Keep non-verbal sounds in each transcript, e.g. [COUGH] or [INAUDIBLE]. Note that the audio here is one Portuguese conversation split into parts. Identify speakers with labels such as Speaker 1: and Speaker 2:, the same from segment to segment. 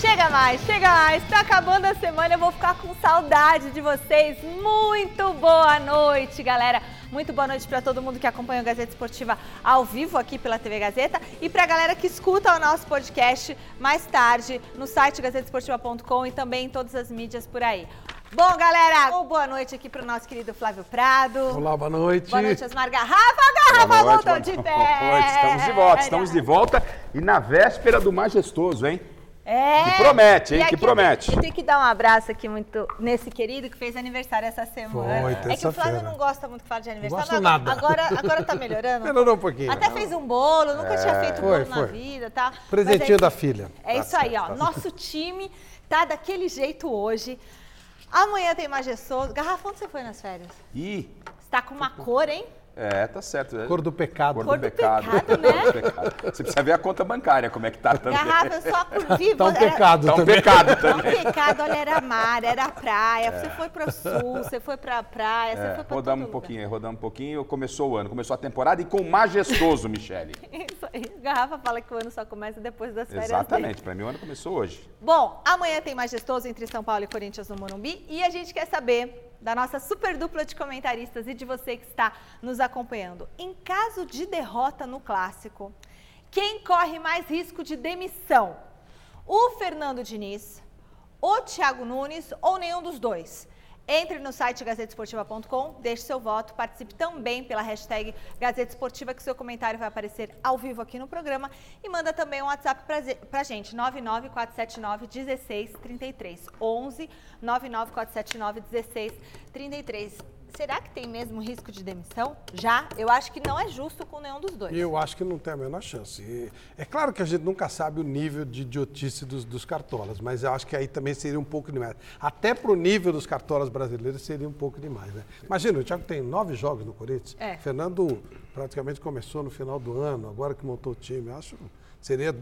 Speaker 1: Chega mais, chega mais. Tá acabando a semana, eu vou ficar com saudade de vocês. Muito boa noite, galera. Muito boa noite para todo mundo que acompanha o Gazeta Esportiva ao vivo aqui pela TV Gazeta e para a galera que escuta o nosso podcast mais tarde no site gazetesportiva.com e também em todas as mídias por aí. Bom, galera, uma boa noite aqui para o nosso querido Flávio Prado.
Speaker 2: Olá, boa noite.
Speaker 1: Boa noite, Osmar Garrafa. A Garrafa
Speaker 3: Boa noite,
Speaker 1: voltou
Speaker 3: boa
Speaker 1: de
Speaker 3: noite. [LAUGHS]
Speaker 1: pé. né?
Speaker 3: Estamos de volta, estamos de volta e na véspera do majestoso, hein?
Speaker 1: É.
Speaker 3: Que promete, hein?
Speaker 1: E
Speaker 3: Que
Speaker 1: aqui eu
Speaker 3: promete.
Speaker 1: tenho- Eu tenho que dar um abraço aqui muito nesse querido que fez aniversário essa semana. é que o
Speaker 2: Foi,
Speaker 1: Flávio
Speaker 2: terça-feira.
Speaker 1: não gosta muito que fala de aniversário.
Speaker 2: gosto
Speaker 1: mas
Speaker 2: nada.
Speaker 1: Agora, agora tá melhorando.
Speaker 2: [LAUGHS] Melhorou um pouquinho.
Speaker 1: Até fez um bolo, nunca
Speaker 3: É.
Speaker 1: tinha feito um
Speaker 2: Foi,
Speaker 1: bolo na
Speaker 2: foi.
Speaker 1: vida, tá?
Speaker 2: Presentinho
Speaker 1: Mas é-
Speaker 2: da filha. Tá.
Speaker 1: É isso aí, ó. Nosso time tá daquele jeito hoje. Amanhã tem majestoso. Garrafa, onde você foi nas férias?
Speaker 3: Ih,
Speaker 1: Você tá com uma cor, hein?
Speaker 3: é, tá certo. é.
Speaker 2: Cor do pecado.
Speaker 1: Cor do pecado, né?
Speaker 3: Cor do pecado. Você precisa ver a conta bancária, como é que tá também.
Speaker 1: Garrafa, eu só curvi.
Speaker 2: Tá um
Speaker 1: era-
Speaker 2: pecado
Speaker 3: Tá um
Speaker 2: também.
Speaker 3: pecado
Speaker 1: Não,
Speaker 3: também.
Speaker 1: pecado, olha, era mar, era praia. Você foi pro sul, você foi pra praia, você
Speaker 3: É,
Speaker 1: foi pra né?
Speaker 3: rodamos um
Speaker 1: todo lugar.
Speaker 3: pouquinho, aí, rodamos um pouquinho. Começou o ano, começou a temporada e com o majestoso, Michele.
Speaker 1: Isso aí. Garrafa fala que o ano só começa depois das férias. dele.
Speaker 3: Exatamente, pra mim o ano começou hoje.
Speaker 1: Bom, amanhã tem majestoso entre São Paulo e Corinthians no Morumbi e a gente quer saber da nossa super dupla de comentaristas e de você que está nos acompanhando. Em caso de derrota no clássico, quem corre mais risco de demissão? O Fernando Diniz, o Thiago Nunes ou nenhum dos dois? Entre no site gazetesportiva.com, deixe seu voto, participe também pela hashtag Gazeta Esportiva, que seu comentário vai aparecer ao vivo aqui no programa. E manda também um WhatsApp pra ze- pra gente, 99479-1633. 11 99479-1633. Será que tem mesmo risco de demissão? Já? Eu acho que não é justo com nenhum dos dois.
Speaker 2: Eu acho que não tem a menor chance. E é claro que a gente nunca sabe o nível de idiotice dos, dos cartolas, mas eu acho que aí também seria um pouco demais. Até pro nível dos cartolas brasileiros seria um pouco demais, né? Imagina, o Thiago tem nove jogos no Corinthians.
Speaker 1: É.
Speaker 2: Fernando praticamente começou no final do ano, agora que montou o time. Eu acho que seria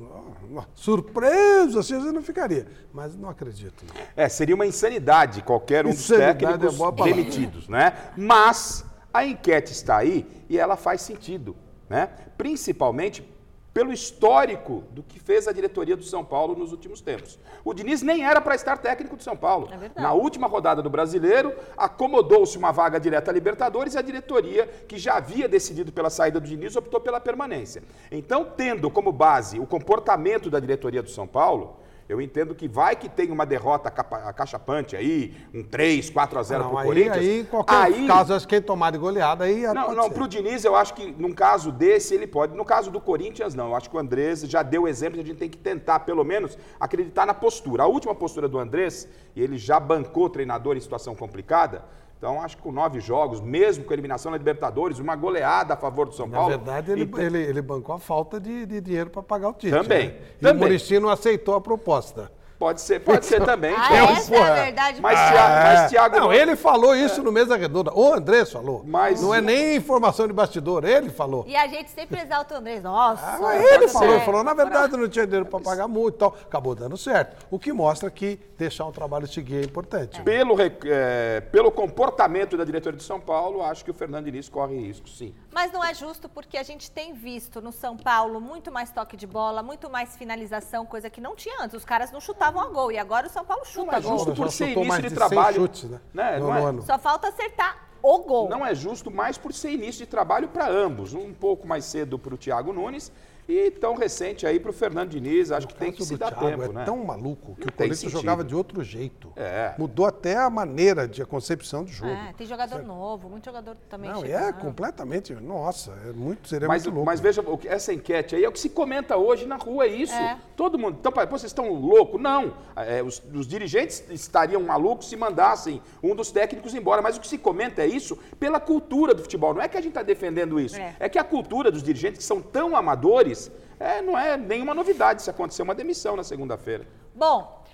Speaker 2: ó, uma surpresa, assim, eu não ficaria. Mas não acredito. não.
Speaker 3: É, seria uma insanidade qualquer um
Speaker 2: Insanidade
Speaker 3: dos técnicos
Speaker 2: é boa palavra.
Speaker 3: demitidos, né? Mas a enquete está aí e ela faz sentido, né? Principalmente pelo histórico do que fez a diretoria do São Paulo nos últimos tempos. O Diniz nem era para estar técnico do São Paulo.
Speaker 1: É verdade.
Speaker 3: Na última rodada do Brasileiro, acomodou-se uma vaga direta à Libertadores e a diretoria, que já havia decidido pela saída do Diniz, optou pela permanência. Então, tendo como base o comportamento da diretoria do São Paulo, eu entendo que vai que tem uma derrota capa- acachapante aí, um 3, 4 a 0
Speaker 2: Não,
Speaker 3: pro
Speaker 2: aí,
Speaker 3: Corinthians.
Speaker 2: aí, em qualquer caso, é acho que quem tomar de goleada aí.
Speaker 3: Não,
Speaker 2: pode
Speaker 3: não,
Speaker 2: ser.
Speaker 3: pro Diniz eu acho que num caso desse ele pode. No caso do Corinthians, não. Eu acho que o Andrés já deu exemplo, a gente tem que tentar, pelo menos, acreditar na postura. A última postura do Andrés, e ele já bancou o treinador em situação complicada. Então, acho que com nove jogos, mesmo com eliminação na Libertadores, uma goleada a favor do São
Speaker 2: Na
Speaker 3: Paulo. então-
Speaker 2: verdade, ele, ele, ele bancou a falta de, de dinheiro para pagar o título.
Speaker 3: Também,
Speaker 2: Né? E o
Speaker 3: também.
Speaker 2: Muricy não aceitou a proposta.
Speaker 3: Pode ser,
Speaker 2: [LAUGHS]
Speaker 3: pode ser também. então.
Speaker 1: Ah,
Speaker 2: Eu,
Speaker 1: essa é
Speaker 2: porra.
Speaker 1: a verdade.
Speaker 3: Mas,
Speaker 1: Paulo.
Speaker 3: Thiago, mas Thiago.
Speaker 2: Ah, É.
Speaker 3: É.
Speaker 2: Não, ele falou isso no Mesa Redonda. O Andrés falou.
Speaker 3: Mas-
Speaker 2: não é nem informação de bastidor, ele falou.
Speaker 1: E a gente sempre exalta o Andrés. Nossa!
Speaker 2: Ah, ele
Speaker 1: tudo
Speaker 2: falou,
Speaker 1: bem.
Speaker 2: ele falou, na verdade não tinha dinheiro para pagar muito e tal. Acabou dando certo. O que mostra que deixar um trabalho seguir é importante.
Speaker 3: Pelo, rec- eh, pelo comportamento da diretoria de São Paulo, acho que o Fernando Diniz corre risco, sim.
Speaker 1: Mas não é justo porque a gente tem visto no São Paulo muito mais toque de bola, muito mais finalização, coisa que não tinha antes. Os caras não chutavam a gol e agora o São Paulo chuta
Speaker 3: Não é
Speaker 1: gol.
Speaker 3: justo
Speaker 2: Só
Speaker 3: por ser
Speaker 2: chutou
Speaker 3: início
Speaker 2: mais
Speaker 3: de
Speaker 2: cem
Speaker 3: trabalho,
Speaker 2: chutes, né?
Speaker 3: né?
Speaker 2: No,
Speaker 3: Não é-
Speaker 2: no ano.
Speaker 1: Só falta acertar o gol.
Speaker 3: Não é justo mais por ser início de trabalho para ambos. Um pouco mais cedo para o Thiago Nunes e tão recente aí para o Fernando Diniz. Acho que tem que
Speaker 2: caso
Speaker 3: se
Speaker 2: do
Speaker 3: dar
Speaker 2: Thiago
Speaker 3: tempo,
Speaker 2: é
Speaker 3: né?
Speaker 2: tão maluco que o
Speaker 3: Não tem
Speaker 2: Corinthians
Speaker 3: sentido.
Speaker 2: jogava de outro jeito.
Speaker 3: É.
Speaker 2: Mudou até a maneira de a concepção de jogo.
Speaker 1: É, tem jogador novo, muito jogador também
Speaker 2: Não, e é
Speaker 1: chegando.
Speaker 2: completamente. Nossa, é muito, seria
Speaker 3: Mas,
Speaker 2: muito louco.
Speaker 3: mas veja, o que- essa enquete aí é o que se comenta hoje na rua, é isso.
Speaker 1: É.
Speaker 3: Todo mundo. Então, pá, pô, vocês estão loucos? Não. É, os, os dirigentes estariam malucos se mandassem um dos técnicos embora. Mas o que se comenta é isso pela cultura do futebol. Não é que a gente está defendendo isso.
Speaker 1: É.
Speaker 3: É. que a cultura dos dirigentes que são tão amadores é, não é nenhuma novidade se acontecer uma demissão na segunda-feira.
Speaker 1: Bom,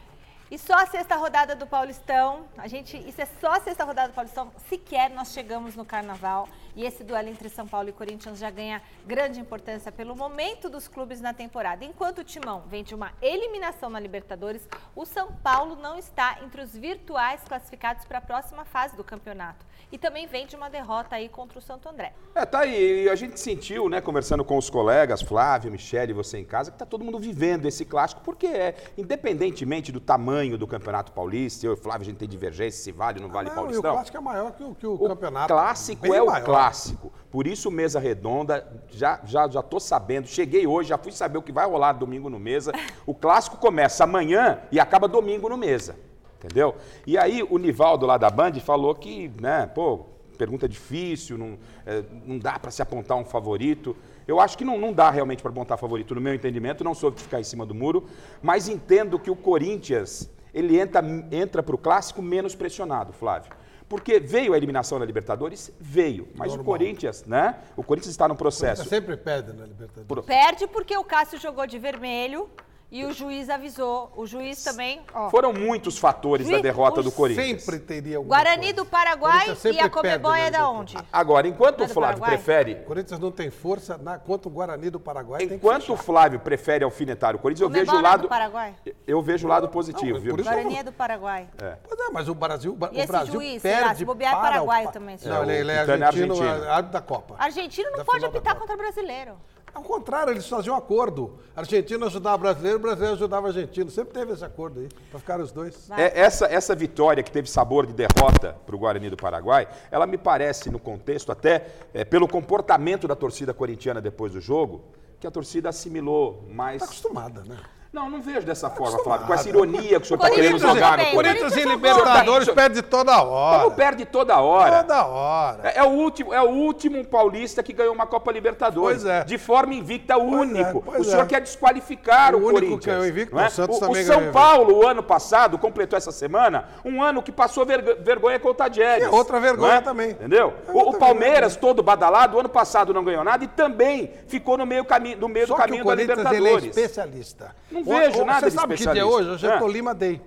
Speaker 1: E só a sexta rodada do Paulistão, a gente, isso é só a sexta rodada do Paulistão, sequer nós chegamos no Carnaval. E esse duelo entre São Paulo e Corinthians já ganha grande importância pelo momento dos clubes na temporada. Enquanto o Timão vem de uma eliminação na Libertadores, o São Paulo não está entre os virtuais classificados para a próxima fase do campeonato. E também vem de uma derrota aí contra o Santo André.
Speaker 3: É, tá aí. E A gente sentiu, né, conversando com os colegas, Flávio, Michele, você em casa, que tá todo mundo vivendo esse clássico, porque é, independentemente do tamanho do Campeonato Paulista, eu e o Flávio, a gente tem divergência se vale ou não vale
Speaker 2: Não, e o
Speaker 3: Paulistão.
Speaker 2: clássico é maior que o, que o
Speaker 3: O
Speaker 2: campeonato.
Speaker 3: clássico
Speaker 2: Bem
Speaker 3: é o
Speaker 2: maior.
Speaker 3: clássico. Por isso, mesa redonda, já, já, já tô sabendo. Cheguei hoje, já fui saber o que vai rolar domingo no mesa. O clássico começa amanhã e acaba domingo no mesa. Entendeu? E aí, o Nivaldo lá da Band falou que, né, pô, pergunta difícil, não, é, não dá para se apontar um favorito. Eu acho que não, não dá realmente para apontar favorito, no meu entendimento, não soube ficar em cima do muro, mas entendo que o Corinthians, ele entra entra para o clássico menos pressionado, Flávio. Porque veio a eliminação da Libertadores? Veio. Mas o
Speaker 2: Normal.
Speaker 3: Corinthians, né? O Corinthians está no processo.
Speaker 2: É Sempre perde na Libertadores.
Speaker 3: Por-
Speaker 1: Perde porque o Cássio jogou de vermelho e o juiz avisou. O juiz também, ó.
Speaker 3: Foram muitos fatores da
Speaker 1: Vi-
Speaker 3: derrota
Speaker 1: os
Speaker 3: do
Speaker 2: é
Speaker 3: Corinthians.
Speaker 2: Sempre teria alguma
Speaker 1: Guarani
Speaker 2: coisa.
Speaker 1: do Paraguai
Speaker 2: Corinthians
Speaker 1: e
Speaker 2: sempre né,
Speaker 1: a
Speaker 2: perde
Speaker 1: Comebol
Speaker 2: na
Speaker 1: é da
Speaker 2: Libertadores.
Speaker 1: onde?
Speaker 3: Agora, enquanto
Speaker 1: Não
Speaker 3: o
Speaker 1: é do
Speaker 3: Flávio
Speaker 1: Paraguai?
Speaker 2: O
Speaker 3: prefere.
Speaker 2: Corinthians não tem força na, contra o Guarani do Paraguai. tem que
Speaker 3: Enquanto o
Speaker 2: fechar.
Speaker 3: Flávio prefere alfinetar o Corinthians, eu
Speaker 1: Comebol
Speaker 3: vejo o
Speaker 1: não é do
Speaker 3: lado.
Speaker 1: Paraguai?
Speaker 3: Eu vejo o lado positivo,
Speaker 2: mas
Speaker 3: viu?
Speaker 2: por isso-
Speaker 1: Guarani é do Paraguai.
Speaker 2: Pois é, mas o Brasil,
Speaker 1: E
Speaker 2: o
Speaker 1: esse
Speaker 2: Brasil
Speaker 1: juiz, sei lá,
Speaker 2: perde
Speaker 1: se bobear, é
Speaker 2: para o
Speaker 1: paraguaio
Speaker 2: Pa-
Speaker 1: também, sei
Speaker 2: Não,
Speaker 1: lá.
Speaker 2: ele, ele é
Speaker 3: Então ele é
Speaker 2: argentino,
Speaker 3: argentino.
Speaker 2: árbitro da Copa.
Speaker 1: Argentino
Speaker 2: Da
Speaker 1: não pode
Speaker 2: final da
Speaker 1: apitar
Speaker 2: Copa.
Speaker 1: contra brasileiro.
Speaker 2: Ao contrário, eles faziam um acordo. Argentino ajudava brasileiro, brasileiro ajudava argentino. Sempre teve esse acordo aí, para ficar os dois. Tá
Speaker 1: Vai.
Speaker 3: É, essa, essa vitória que teve sabor de derrota para o Guarani do Paraguai, ela me parece, no contexto, até é, pelo comportamento da torcida corintiana depois do jogo, que a torcida assimilou mais.
Speaker 2: Tá acostumada, né?
Speaker 3: Não, não vejo dessa forma,
Speaker 2: acostumado.
Speaker 3: Flávio, com essa ironia que o senhor está querendo
Speaker 1: Corinthians é
Speaker 3: jogar
Speaker 1: também,
Speaker 3: no Corinthians.
Speaker 1: Corinthians é jogou Libertadores
Speaker 3: bem.
Speaker 2: perde toda
Speaker 3: Como perde toda hora.
Speaker 2: Toda hora.
Speaker 3: É, é o último, é o último paulista que ganhou uma Copa Libertadores.
Speaker 2: Pois é.
Speaker 3: De forma invicta, o
Speaker 2: Pois
Speaker 3: único.
Speaker 2: é, pois
Speaker 3: o senhor
Speaker 2: é.
Speaker 3: quer desqualificar
Speaker 2: O
Speaker 3: o,
Speaker 2: único que
Speaker 3: Corinthians.
Speaker 2: ganhou invicto,
Speaker 3: não é?
Speaker 2: o Santos
Speaker 3: o,
Speaker 2: também
Speaker 3: São
Speaker 2: ganhou
Speaker 3: Paulo, o ano passado, completou essa semana, um ano que passou vergo- vergonha com o Tadieres.
Speaker 2: E é outra vergonha
Speaker 3: não
Speaker 2: também.
Speaker 3: Entendeu?
Speaker 2: É
Speaker 3: O- O,
Speaker 2: outra
Speaker 3: Palmeiras, todo badalado, o ano passado não ganhou nada e também ficou no meio, cami no meio
Speaker 2: Só
Speaker 3: do
Speaker 2: que
Speaker 3: caminho
Speaker 2: o
Speaker 3: da
Speaker 2: Corinthians ele é
Speaker 3: Libertadores.
Speaker 2: especialista.
Speaker 3: Não vejo nada
Speaker 2: Você
Speaker 3: de
Speaker 2: sabe que dia é
Speaker 3: especialista.
Speaker 2: hoje? Hoje é
Speaker 3: Ah.
Speaker 2: Tolima Day.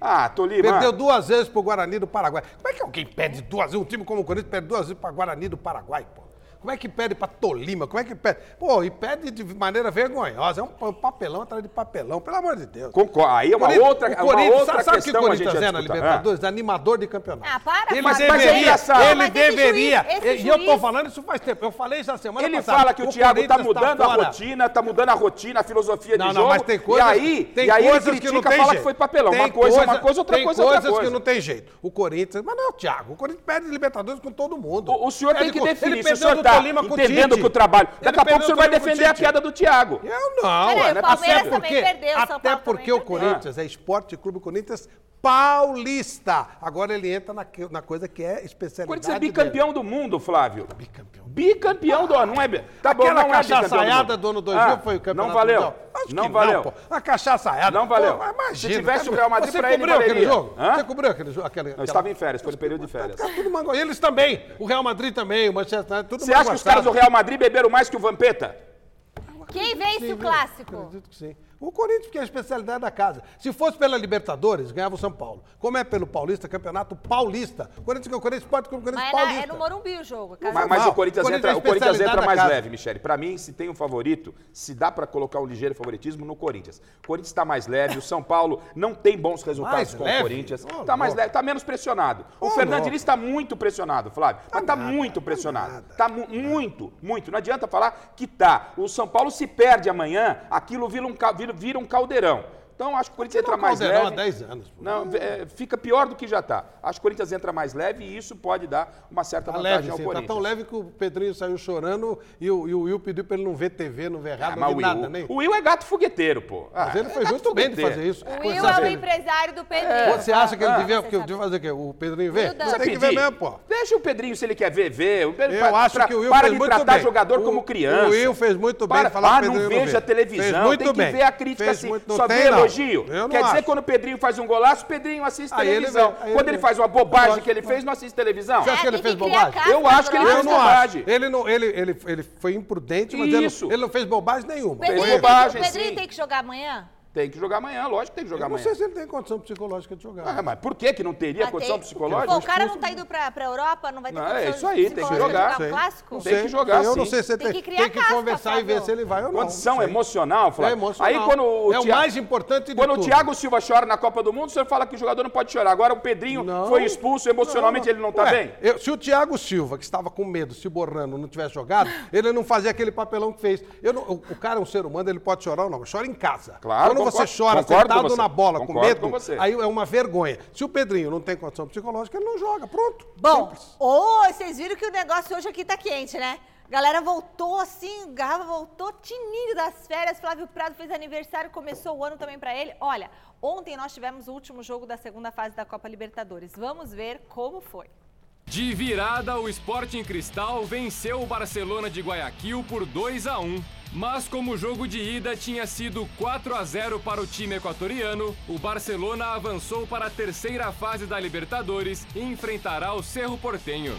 Speaker 3: ah, Tolima.
Speaker 2: Perdeu duas vezes pro Guarani do Paraguai. Como é que alguém perde duas vezes? Um time como o Corinthians perde duas vezes pra Guarani do Paraguai, pô. Como é que perde pra Tolima? Como é que perde? Pô, e perde de maneira vergonhosa. É um pa- papelão atrás de papelão, pelo amor de Deus.
Speaker 3: Concordo. Aí é uma
Speaker 2: Corinthians-
Speaker 3: outra,
Speaker 2: o
Speaker 3: uma
Speaker 2: Corinthians-
Speaker 3: outra
Speaker 2: sabe, sabe o que
Speaker 3: questão
Speaker 2: o
Speaker 3: a gente Ah.
Speaker 2: Corinthians
Speaker 3: ia
Speaker 2: é na
Speaker 3: disputar.
Speaker 2: Libertadores? Animador de campeonato.
Speaker 1: Ah, para,
Speaker 2: ele
Speaker 1: mas- mas
Speaker 3: é
Speaker 2: deveria,
Speaker 3: engraçado.
Speaker 2: ele
Speaker 1: Mas esse
Speaker 2: deveria.
Speaker 1: juiz- esse
Speaker 2: e e eu tô
Speaker 1: juiz-
Speaker 2: falando isso faz tempo. Eu falei isso na semana
Speaker 3: Ele
Speaker 2: passada.
Speaker 3: fala que o, Thiago está
Speaker 2: Corinthians tá
Speaker 3: mudando a
Speaker 2: fora.
Speaker 3: rotina, está mudando a rotina, a filosofia
Speaker 2: Não,
Speaker 3: de
Speaker 2: não,
Speaker 3: jogo.
Speaker 2: mas tem coisas,
Speaker 3: e aí,
Speaker 2: tem
Speaker 3: e aí
Speaker 2: coisas
Speaker 3: ele
Speaker 2: que não
Speaker 3: critica,
Speaker 2: tem
Speaker 3: fala
Speaker 2: jeito.
Speaker 3: que foi papelão.
Speaker 2: Tem
Speaker 3: uma coisa, é uma coisa, outra
Speaker 2: tem
Speaker 3: coisa é outra
Speaker 2: coisas
Speaker 3: coisa.
Speaker 2: que não tem jeito. O Corinthians, mas não é o Thiago. O Corinthians perde Libertadores com todo mundo.
Speaker 3: O, o senhor
Speaker 2: Perde
Speaker 3: tem que
Speaker 2: com-
Speaker 3: definir.
Speaker 2: Ele
Speaker 3: Se o
Speaker 2: perdeu
Speaker 3: senhor
Speaker 2: do
Speaker 3: está
Speaker 2: Tolima com o
Speaker 3: entendendo
Speaker 2: Tite.
Speaker 3: que o trabalho...
Speaker 2: Ele
Speaker 3: Daqui a pouco
Speaker 2: perdeu
Speaker 3: o
Speaker 2: do
Speaker 3: senhor vai
Speaker 2: Tolima com o
Speaker 3: defender a
Speaker 2: Tite. É
Speaker 3: queda do Thiago.
Speaker 2: Eu não.
Speaker 1: Peraí, o
Speaker 2: né?
Speaker 1: Palmeiras
Speaker 2: Até
Speaker 1: também perdeu, o
Speaker 2: até
Speaker 1: São Paulo
Speaker 2: porque
Speaker 1: também
Speaker 2: o Corinthians é Esporte Clube Corinthians paulista. Agora ele entra na, que- na coisa que é
Speaker 3: O
Speaker 2: especialidade
Speaker 3: Corinthians é
Speaker 2: dele.
Speaker 3: bicampeão do mundo, Flávio.
Speaker 2: Bicampeão.
Speaker 3: Bicampeão do... Não é... bi- Tá bom,
Speaker 2: Ah, Aquela
Speaker 3: não é bicampeão do
Speaker 2: cachaçaiada
Speaker 3: mundo.
Speaker 2: do ano 2000
Speaker 3: Ah,
Speaker 2: foi o campeonato
Speaker 3: Não valeu.
Speaker 2: mundial. Acho que
Speaker 3: Não valeu.
Speaker 2: pô. Uma cachaçaiada.
Speaker 3: Não valeu.
Speaker 2: Pô, mas imagina.
Speaker 3: Se tivesse o
Speaker 2: cara,
Speaker 3: Real Madrid
Speaker 2: você
Speaker 3: pra ele,
Speaker 2: cobriu aquele
Speaker 3: valeria.
Speaker 2: jogo?
Speaker 3: Hã?
Speaker 2: Você cobriu aquele jogo? Aquele,
Speaker 3: Eu
Speaker 2: aquela-
Speaker 3: estava em férias, foi no período de férias.
Speaker 2: Tá tudo mango... Eles também. O Real Madrid também, o Manchester United, tudo
Speaker 3: Você acha que os caras do Real Madrid beberam mais que o Vampeta?
Speaker 1: Quem
Speaker 2: é
Speaker 1: vence o
Speaker 2: Sim, eu
Speaker 1: clássico?
Speaker 2: Acredito que sim. O Corinthians, porque é a especialidade da casa. Se fosse pela Libertadores, ganhava o São Paulo. Como é pelo Paulista, campeonato paulista. O Corinthians que o Corinthians pode com o Corinthians
Speaker 1: Mas é, na-
Speaker 2: paulista.
Speaker 1: é no Morumbi o jogo.
Speaker 3: Ma- Mas,
Speaker 1: Casa...
Speaker 2: Não,
Speaker 3: o Corinthians
Speaker 2: o Corinthians
Speaker 3: entra,
Speaker 2: é
Speaker 3: o Corinthians
Speaker 2: especialidade
Speaker 3: entra
Speaker 2: da
Speaker 3: mais
Speaker 2: casa.
Speaker 3: leve, Michele. Pra mim, se tem um favorito, se dá pra colocar um ligeiro favoritismo no Corinthians. O Corinthians tá mais leve, o São Paulo não tem bons resultados
Speaker 2: Mais
Speaker 3: com
Speaker 2: leve?
Speaker 3: o Corinthians.
Speaker 2: Ô,
Speaker 3: tá mais
Speaker 2: louco.
Speaker 3: leve, tá menos pressionado. O
Speaker 2: Ô,
Speaker 3: Fernando
Speaker 2: louco.
Speaker 3: Diniz tá muito pressionado, Flávio. mas tá
Speaker 2: nada,
Speaker 3: muito
Speaker 2: tá
Speaker 3: pressionado.
Speaker 2: nada.
Speaker 3: Tá mu- muito, muito. Não adianta falar que tá. O São Paulo se perde amanhã, aquilo vira um, ca- vira- vira um caldeirão. Então acho que o Corinthians
Speaker 2: Virou
Speaker 3: entra mais
Speaker 2: um caldeirão
Speaker 3: leve.
Speaker 2: há 10 anos, pô.
Speaker 3: Não, é, fica pior do que já tá. Acho que o Corinthians entra mais leve e isso pode dar uma certa
Speaker 2: Tá
Speaker 3: vantagem
Speaker 2: leve,
Speaker 3: ao
Speaker 2: sim. Tá
Speaker 3: Corinthians.
Speaker 2: tão leve que o Pedrinho saiu chorando e o, e o Will pediu pra ele não ver TV, não ver
Speaker 3: Ah,
Speaker 2: rádio,
Speaker 3: mas
Speaker 2: não
Speaker 3: o
Speaker 2: ver
Speaker 3: Will,
Speaker 2: nada, nem.
Speaker 3: o Will é gato fogueteiro, pô. Ah,
Speaker 2: Mas ele foi
Speaker 3: é gato
Speaker 2: muito bem de
Speaker 3: fogueteiro.
Speaker 2: fazer isso.
Speaker 1: O
Speaker 2: Coisa
Speaker 1: Will é o
Speaker 2: dele.
Speaker 1: empresário do Pedrinho.
Speaker 2: É. Você acha que ele
Speaker 1: Ah,
Speaker 2: devia,
Speaker 1: você
Speaker 2: que eu
Speaker 1: sabe.
Speaker 2: devia fazer o quê? O Pedrinho ver?
Speaker 1: Will
Speaker 2: Não
Speaker 1: dança.
Speaker 2: tem que ver
Speaker 3: Pedir.
Speaker 2: mesmo, pô.
Speaker 3: Deixa o Pedrinho, se ele quer ver, ver. Eu
Speaker 2: Eu acho que o Will
Speaker 3: Para
Speaker 2: fez
Speaker 3: de
Speaker 2: muito
Speaker 3: tratar
Speaker 2: bem.
Speaker 3: jogador
Speaker 2: O-
Speaker 3: como criança.
Speaker 2: o Will fez muito bem
Speaker 3: Para,
Speaker 2: falar
Speaker 3: ah,
Speaker 2: que o
Speaker 3: não
Speaker 2: Pedrinho não
Speaker 3: veja a
Speaker 2: vê.
Speaker 3: televisão,
Speaker 2: Fez muito
Speaker 3: tem que
Speaker 2: bem.
Speaker 3: ver a crítica
Speaker 2: Fez
Speaker 3: assim.
Speaker 2: muito- não
Speaker 3: Só
Speaker 2: tem,
Speaker 3: vê
Speaker 2: não.
Speaker 3: elogio.
Speaker 2: Eu não
Speaker 3: Quer dizer,
Speaker 2: acho.
Speaker 3: quando o Pedrinho faz um golaço, o Pedrinho assiste
Speaker 2: Aí ele
Speaker 3: televisão.
Speaker 2: vê, aí ele
Speaker 3: quando ele
Speaker 2: vê.
Speaker 3: faz uma
Speaker 2: Eu
Speaker 3: bobagem
Speaker 2: acho-
Speaker 3: que ele fez, não assiste televisão.
Speaker 2: Você acha que ele
Speaker 1: É, tem
Speaker 2: fez
Speaker 1: que criar
Speaker 2: bobagem?
Speaker 1: casca
Speaker 3: Eu acho que ele
Speaker 1: grossa.
Speaker 2: Eu
Speaker 3: fez
Speaker 2: não acho.
Speaker 3: bobagem.
Speaker 2: Ele, não, ele, ele, ele foi imprudente, mas ele
Speaker 3: Isso.
Speaker 2: não, ele não fez bobagem nenhuma.
Speaker 1: Pedrinho,
Speaker 3: bobagem,
Speaker 1: o Pedrinho
Speaker 3: sim.
Speaker 1: tem que jogar amanhã?
Speaker 3: Tem que jogar amanhã, lógico que tem que jogar
Speaker 2: Eu não
Speaker 3: amanhã.
Speaker 2: sei se ele tem condição psicológica de jogar.
Speaker 3: Ah, mas por que, que não teria
Speaker 1: Ah,
Speaker 3: condição
Speaker 1: tem-
Speaker 3: psicológica?
Speaker 1: Pô, o cara não tá indo pra, pra Europa, não vai ter
Speaker 3: Não, é
Speaker 1: condição
Speaker 3: isso aí, tem que
Speaker 1: psicológica de
Speaker 3: jogar.
Speaker 1: um
Speaker 2: Sei.
Speaker 1: clássico?
Speaker 2: Não
Speaker 3: Tem
Speaker 2: sei.
Speaker 3: que jogar,
Speaker 2: Eu não
Speaker 3: sim.
Speaker 2: sei
Speaker 1: Tem
Speaker 2: se tem,
Speaker 1: que
Speaker 2: tem
Speaker 1: criar
Speaker 2: que
Speaker 1: casca,
Speaker 2: conversar e ver
Speaker 1: Fábio.
Speaker 2: se ele vai ou não.
Speaker 3: Condição
Speaker 2: não sei.
Speaker 3: emocional, Flávio.
Speaker 2: É emocional.
Speaker 3: Aí quando o
Speaker 2: É o
Speaker 3: Thiago-
Speaker 2: mais importante de
Speaker 3: Quando o
Speaker 2: tudo.
Speaker 3: Thiago Silva chora na Copa do Mundo, o senhor fala que o jogador não pode chorar. Agora o Pedrinho
Speaker 2: Não.
Speaker 3: foi expulso, emocionalmente ele não tá
Speaker 2: Ué,
Speaker 3: bem?
Speaker 2: eu- se o Thiago Silva, que estava com medo, se borrando, não tivesse
Speaker 3: [LAUGHS]
Speaker 2: jogado, ele não fazia aquele papelão que fez. Eu não- o, o cara é um ser humano, ele pode chorar ou não, mas chora em casa.
Speaker 3: Claro,
Speaker 2: Quando
Speaker 3: concordo-
Speaker 2: você chora
Speaker 3: concordo com
Speaker 2: sentado
Speaker 3: você.
Speaker 2: na bola
Speaker 3: Concordo
Speaker 2: com medo,
Speaker 3: com você.
Speaker 2: aí é uma vergonha. Se o Pedrinho não tem condição psicológica, ele não joga. Pronto.
Speaker 1: Bom,
Speaker 2: Simples.
Speaker 1: ô, vocês viram que o negócio hoje aqui tá quente, né? Galera voltou assim, Garrafa voltou tinindo das férias. Flávio Prado fez aniversário, começou o ano também pra ele. Olha, ontem nós tivemos o último jogo da segunda fase da Copa Libertadores. Vamos ver como foi.
Speaker 4: De virada, o Sporting Cristal venceu o Barcelona de Guayaquil por 2 a 1. Mas como o jogo de ida tinha sido 4 a 0 para o time equatoriano, o Barcelona avançou para a terceira fase da Libertadores e enfrentará o Cerro Portenho.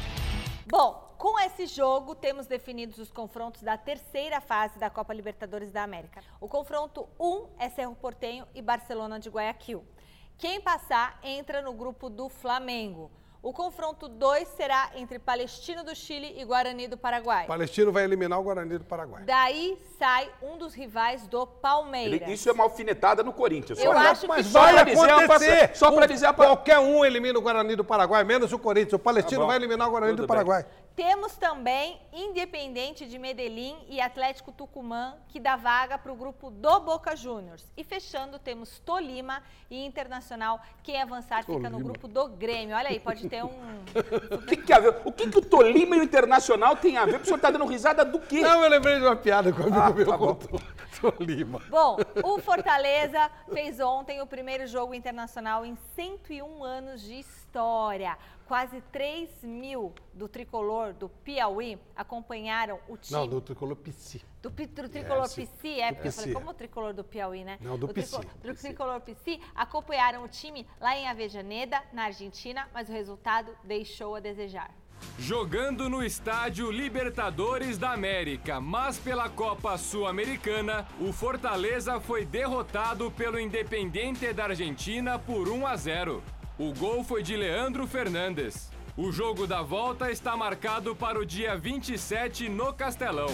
Speaker 1: Bom, com esse jogo temos definidos os confrontos da terceira fase da Copa Libertadores da América. O confronto 1 é Cerro Portenho e Barcelona de Guayaquil. Quem passar entra no grupo do Flamengo. O confronto 2 será entre Palestino do Chile e Guarani do Paraguai.
Speaker 2: O Palestino vai eliminar o Guarani do Paraguai.
Speaker 1: Daí sai um dos rivais do Palmeiras.
Speaker 3: Ele- isso é uma alfinetada no Corinthians.
Speaker 1: Eu
Speaker 3: só pra-
Speaker 1: acho que
Speaker 2: mas
Speaker 1: sim.
Speaker 3: só
Speaker 2: vai
Speaker 3: pra dizer, a
Speaker 2: acontecer.
Speaker 3: fa- só pra
Speaker 2: Um-
Speaker 3: dizer a pa-
Speaker 2: Qualquer um elimina o Guarani do Paraguai, menos o Corinthians. O Palestino
Speaker 3: Tá bom.
Speaker 2: vai eliminar o Guarani
Speaker 3: Tudo
Speaker 2: do
Speaker 3: bem.
Speaker 2: Paraguai.
Speaker 1: Temos também Independente de Medellín e Atlético Tucumã, que dá vaga para o grupo do Boca Juniors. E fechando, temos Tolima e Internacional. Quem avançar fica no
Speaker 2: Tolima.
Speaker 1: grupo do Grêmio. Olha aí, pode ter um. [LAUGHS]
Speaker 3: O que, que a ver- o que que o Tolima e o Internacional tem a ver? O senhor tá dando risada do quê?
Speaker 2: Não, eu lembrei de uma piada que o amigo
Speaker 3: Ah,
Speaker 2: meu
Speaker 3: tá bom.
Speaker 2: contou. Tolima.
Speaker 1: Bom, o Fortaleza fez ontem o primeiro jogo internacional em 101 anos de história. Quase 3 mil do tricolor do Piauí acompanharam o time.
Speaker 2: Não, do tricolor PC.
Speaker 1: Do, pi- do tricolor
Speaker 2: sim.
Speaker 1: Pici, é,
Speaker 2: Do
Speaker 1: porque eu falei,
Speaker 2: Pici.
Speaker 1: como o tricolor do Piauí, né?
Speaker 2: Não, do
Speaker 1: o
Speaker 2: Pici,
Speaker 1: tricolor,
Speaker 2: do
Speaker 1: do tricolor Pici acompanharam o time lá em Avejaneda, na Argentina, mas o resultado deixou a desejar.
Speaker 4: Jogando no estádio Libertadores da América, mas pela Copa Sul-Americana, o Fortaleza foi derrotado pelo Independente da Argentina por 1 a 0. O gol foi de Leandro Fernandes. O jogo da volta está marcado para o dia 27 no Castelão.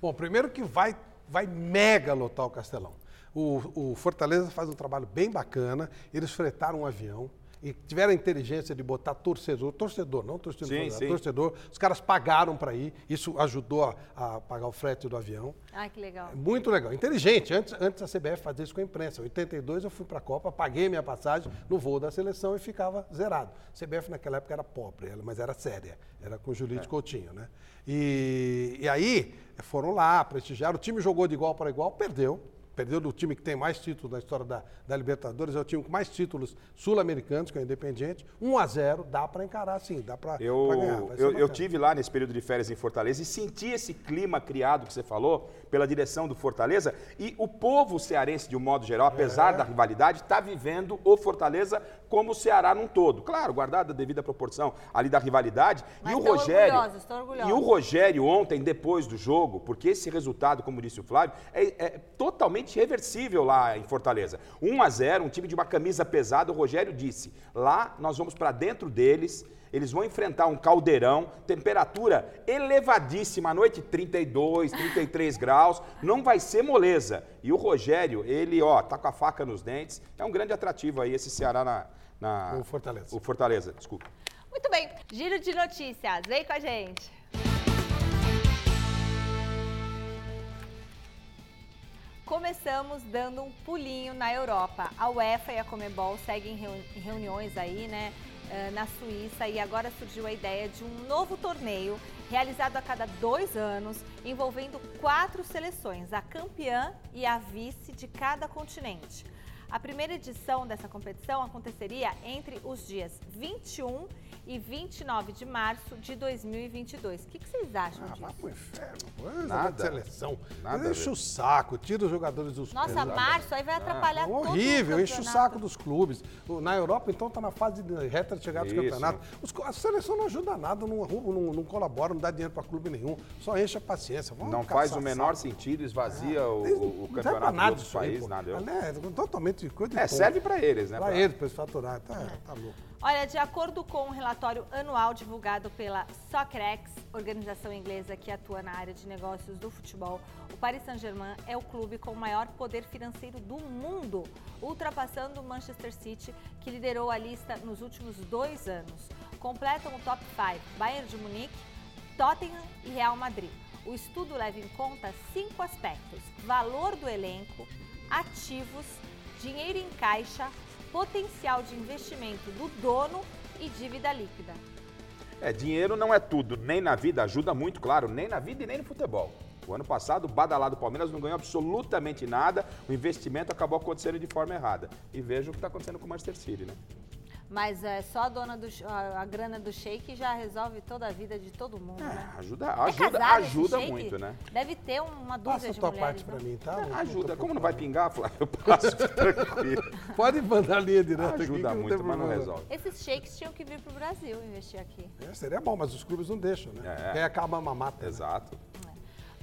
Speaker 2: Bom, primeiro que vai, vai mega lotar o Castelão. O, o Fortaleza faz um trabalho bem bacana, eles fretaram um avião e tiveram a inteligência de botar torcedor, torcedor, não torcedor,
Speaker 3: Sim, sim.
Speaker 2: torcedor. Os caras pagaram para ir, isso ajudou a, a pagar o frete do avião.
Speaker 1: Ai, Ah, que legal.
Speaker 2: Muito legal, inteligente. Antes, antes a CBF fazia isso com a imprensa. Em 82 eu fui para a Copa, paguei minha passagem no voo da seleção e ficava zerado. A CBF naquela época era pobre, ela- mas era séria. Era com o Julito
Speaker 3: É.
Speaker 2: Coutinho, né? E, e aí foram lá, prestigiaram. O time jogou de igual para igual, perdeu. Perdeu do time que tem mais títulos na história da, da Libertadores, é o time com mais títulos sul-americanos, que é o Independiente. 1 a 0 dá para encarar sim, dá para
Speaker 3: Eu,
Speaker 2: ganhar. Vai ser
Speaker 3: eu, eu
Speaker 2: bacana.
Speaker 3: tive lá nesse período de férias em Fortaleza e senti esse clima criado que você falou pela direção do Fortaleza e o povo cearense, de um modo geral,
Speaker 2: É.
Speaker 3: apesar da rivalidade, está vivendo o Fortaleza como o Ceará num todo. Claro, guardada a devida proporção ali da rivalidade.
Speaker 1: Mas
Speaker 3: e o
Speaker 1: tão
Speaker 3: Rogério.
Speaker 1: orgulhosos, tão orgulhosos.
Speaker 3: E o Rogério ontem, depois do jogo, porque esse resultado, como disse o Flávio, é, é totalmente reversível lá em Fortaleza. 1 a 0 um time de uma camisa pesada, o Rogério disse: lá nós vamos para dentro deles. Eles vão enfrentar um caldeirão, temperatura elevadíssima, à noite 32, 33 graus, não vai ser moleza. E o Rogério, ele, ó, tá com a faca nos dentes, é um grande atrativo aí esse Ceará na. na-
Speaker 2: O Fortaleza.
Speaker 3: O Fortaleza, desculpa.
Speaker 1: Muito bem, giro de notícias, vem com a gente. Começamos dando um pulinho na Europa. A UEFA e a Comebol seguem reu- em reuniões aí, né, eh, na Suíça e agora surgiu a ideia de um novo torneio realizado a cada dois anos, envolvendo quatro seleções, a campeã e a vice de cada continente. A primeira edição dessa competição aconteceria entre os dias 21 e 29 de março de 2022. O que, que vocês acham
Speaker 2: Ah, vai
Speaker 1: disso?
Speaker 2: pro inferno. Coisa
Speaker 3: Nada.
Speaker 2: de seleção.
Speaker 3: Nada a
Speaker 2: Deixa
Speaker 3: ver.
Speaker 2: o saco, tira os jogadores dos
Speaker 1: Nossa,
Speaker 2: clubes. É
Speaker 1: março aí vai atrapalhar todo o
Speaker 2: né? Ah, Horrível, enche o
Speaker 1: campeonato.
Speaker 2: saco dos clubes. O- Na Europa, então, está na fase de reta de chegada dos
Speaker 3: Isso.
Speaker 2: campeonatos. Os co- a seleção não ajuda nada, não, arru- não- não colabora, não dá dinheiro para clube nenhum, só enche a paciência. Vamos
Speaker 3: Não
Speaker 2: caçar
Speaker 3: faz o menor
Speaker 2: saco.
Speaker 3: sentido, esvazia o,
Speaker 2: né? Ah, Eles
Speaker 3: o- o
Speaker 2: não serve pra
Speaker 3: campeonato do
Speaker 2: nada
Speaker 3: outro
Speaker 2: isso aí,
Speaker 3: país,
Speaker 2: pô.
Speaker 3: nada.
Speaker 2: Ah, né? Totalmente coisa de
Speaker 3: É,
Speaker 2: tonto.
Speaker 3: serve pra eles, né?
Speaker 2: Pra eles, pra eles faturar. Tá,
Speaker 1: É.
Speaker 2: tá louco.
Speaker 1: Olha, de acordo com um relatório anual divulgado pela Socrex, organização inglesa que atua na área de negócios do futebol, o Paris Saint-Germain é o clube com o maior poder financeiro do mundo, ultrapassando o Manchester City, que liderou a lista nos últimos dois anos. Completam o top 5 Bayern de Munique, Tottenham e Real Madrid. O estudo leva em conta cinco aspectos: valor do elenco, ativos, dinheiro em caixa, potencial de investimento do dono e dívida líquida.
Speaker 3: É, dinheiro não é tudo, nem na vida, ajuda muito, claro, nem na vida e nem no futebol. O ano passado, o badalado Palmeiras não ganhou absolutamente nada, o investimento acabou acontecendo de forma errada. E veja o que está acontecendo com o Manchester City, né?
Speaker 1: Mas é só a dona do a, a grana do shake já resolve toda a vida de todo mundo, né?
Speaker 3: É, ajuda,
Speaker 1: É
Speaker 3: ajuda,
Speaker 1: casado esse
Speaker 3: ajuda
Speaker 1: Sheik?
Speaker 3: muito, né?
Speaker 1: Deve ter uma dúzia
Speaker 2: Passa a
Speaker 1: de
Speaker 2: tua
Speaker 1: mulheres. né?
Speaker 2: parte
Speaker 1: não? então.
Speaker 2: pra mim, tá? Não- não
Speaker 3: Ajuda.
Speaker 2: tô
Speaker 3: Como não vai
Speaker 2: preocupado.
Speaker 3: pingar, Flávio? Eu
Speaker 2: [LAUGHS]
Speaker 3: passo tranquilo.
Speaker 2: Pode mandar a linha direta Tá aqui. que
Speaker 3: Ajuda
Speaker 2: não tem
Speaker 3: muito, mas não
Speaker 2: problema.
Speaker 3: resolve.
Speaker 1: Esses shakes tinham que vir pro Brasil investir aqui.
Speaker 2: É, seria bom, mas os clubes não deixam, né?
Speaker 3: É.
Speaker 2: Aí acaba a mamata. né?
Speaker 3: Exato.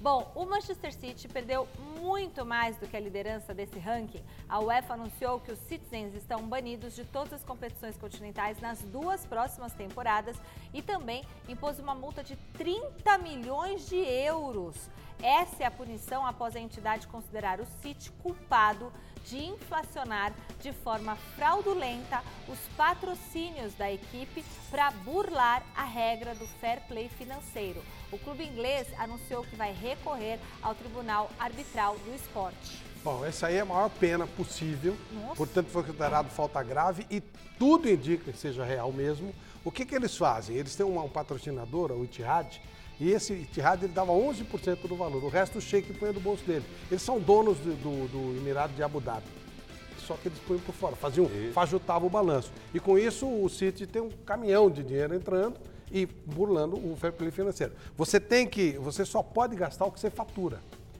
Speaker 1: Bom, o Manchester City perdeu muito mais do que a liderança desse ranking. A UEFA anunciou que os Citizens estão banidos de todas as competições continentais nas duas próximas temporadas e também impôs uma multa de 30 milhões de euros. Essa é a punição após a entidade considerar o City culpado de inflacionar de forma fraudulenta os patrocínios da equipe para burlar a regra do fair play financeiro. O clube inglês anunciou que vai recorrer ao Tribunal Arbitral do Esporte.
Speaker 2: Bom, essa aí é a maior pena possível.
Speaker 1: Nossa.
Speaker 2: Portanto, foi considerado falta grave e tudo indica que seja real mesmo. O que, que eles fazem? Eles têm uma- um patrocinador, o Itihad, e esse Itihad ele dava 11% do valor. O resto o Sheik põe do bolso dele. Eles são donos do, do, do Emirado de Abu Dhabi. Só que eles põem por fora, faziam, fajutavam o balanço. E com isso o City tem um caminhão de dinheiro entrando e burlando o fair play financeiro. Você tem que, você só pode gastar o que você fatura.